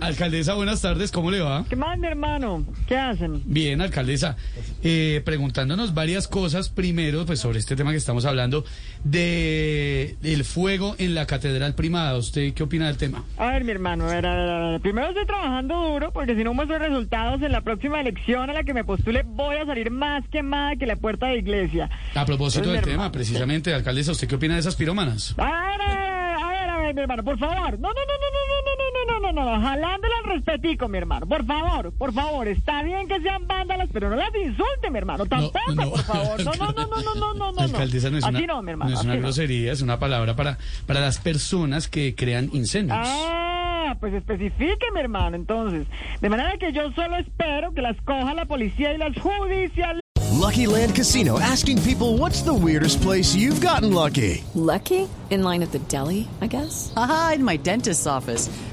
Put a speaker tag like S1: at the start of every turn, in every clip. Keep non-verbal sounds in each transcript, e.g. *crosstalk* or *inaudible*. S1: Alcaldesa, buenas tardes, ¿cómo le va?
S2: ¿Qué más, mi hermano? ¿Qué hacen?
S1: Bien, alcaldesa, eh, preguntándonos varias cosas. Primero, pues sobre este tema que estamos hablando, de el fuego en la catedral primada. ¿Usted qué opina del tema?
S2: A ver, mi hermano, a ver, a ver, a ver. Primero estoy trabajando duro porque si no muestro resultados en la próxima elección a la que me postule voy a salir más quemada que la puerta de iglesia.
S1: A propósito
S2: Pues, mi
S1: del tema,
S2: hermano,
S1: precisamente, alcaldesa, ¿usted qué opina de esas pirómanas?
S2: A ver, a ver, a ver, a ver, mi hermano, por favor. No, no, no, no, no, no, no, no, no, no, no. Jalándole al respetico, mi hermano. Por favor, por favor. Está bien que sean vándalas, pero no las insulte, mi hermano. Tampoco,
S1: no.
S2: por favor. No, no, no, no, no, no, no,
S1: *laughs*
S2: no.
S1: Alcaldesa, no es
S2: Así
S1: una,
S2: no, mi hermano.
S1: no es una
S2: así no.
S1: grosería, es una palabra para, para las personas que crean incendios.
S2: Ah, pues especifique, mi hermano, entonces. De manera que yo solo espero que las coja la policía y las judicial.
S3: Lucky Land Casino asking people what's the weirdest place you've gotten lucky?
S4: Lucky? In line at the deli, I guess?
S5: Aha, in my dentist's office.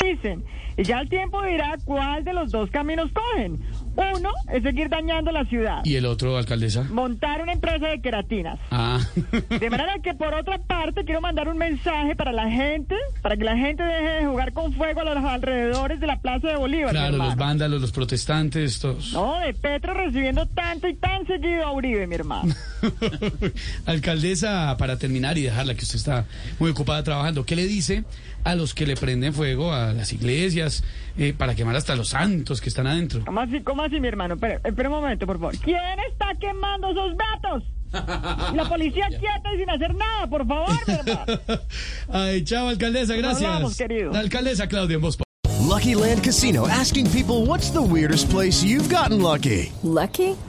S2: Dicen, y ya el tiempo dirá cuál de los dos caminos cogen. Uno es seguir dañando la ciudad,
S1: ¿Y el otro, alcaldesa?
S2: montar una empresa de queratinas.
S1: Ah, *laughs*
S2: De manera que por otra parte quiero mandar un mensaje para la gente, para que la gente deje de jugar con fuego a los alrededores de la Plaza de Bolívar. mi
S1: claro, los
S2: hermano.
S1: vándalos, los protestantes, estos...
S2: No, de Petro recibiendo tanto y tan seguido a Uribe, mi hermano.
S1: *laughs* Alcaldesa, para terminar y dejarla que usted está muy ocupada trabajando, ¿qué le dice a los que le prenden fuego a las iglesias eh, para quemar hasta los santos que están adentro?
S2: ¿Cómo así, cómo así, mi hermano? Espera, espera un momento, por favor. ¿Quién está quemando esos datos? La policía quieta y sin hacer nada, por favor, mi hermano.
S1: Ay, chao, alcaldesa, gracias.
S2: hablamos, querido.
S1: La alcaldesa Claudia en voz po-
S3: Lucky Land Casino asking people what's the weirdest place you've gotten lucky?
S4: Lucky?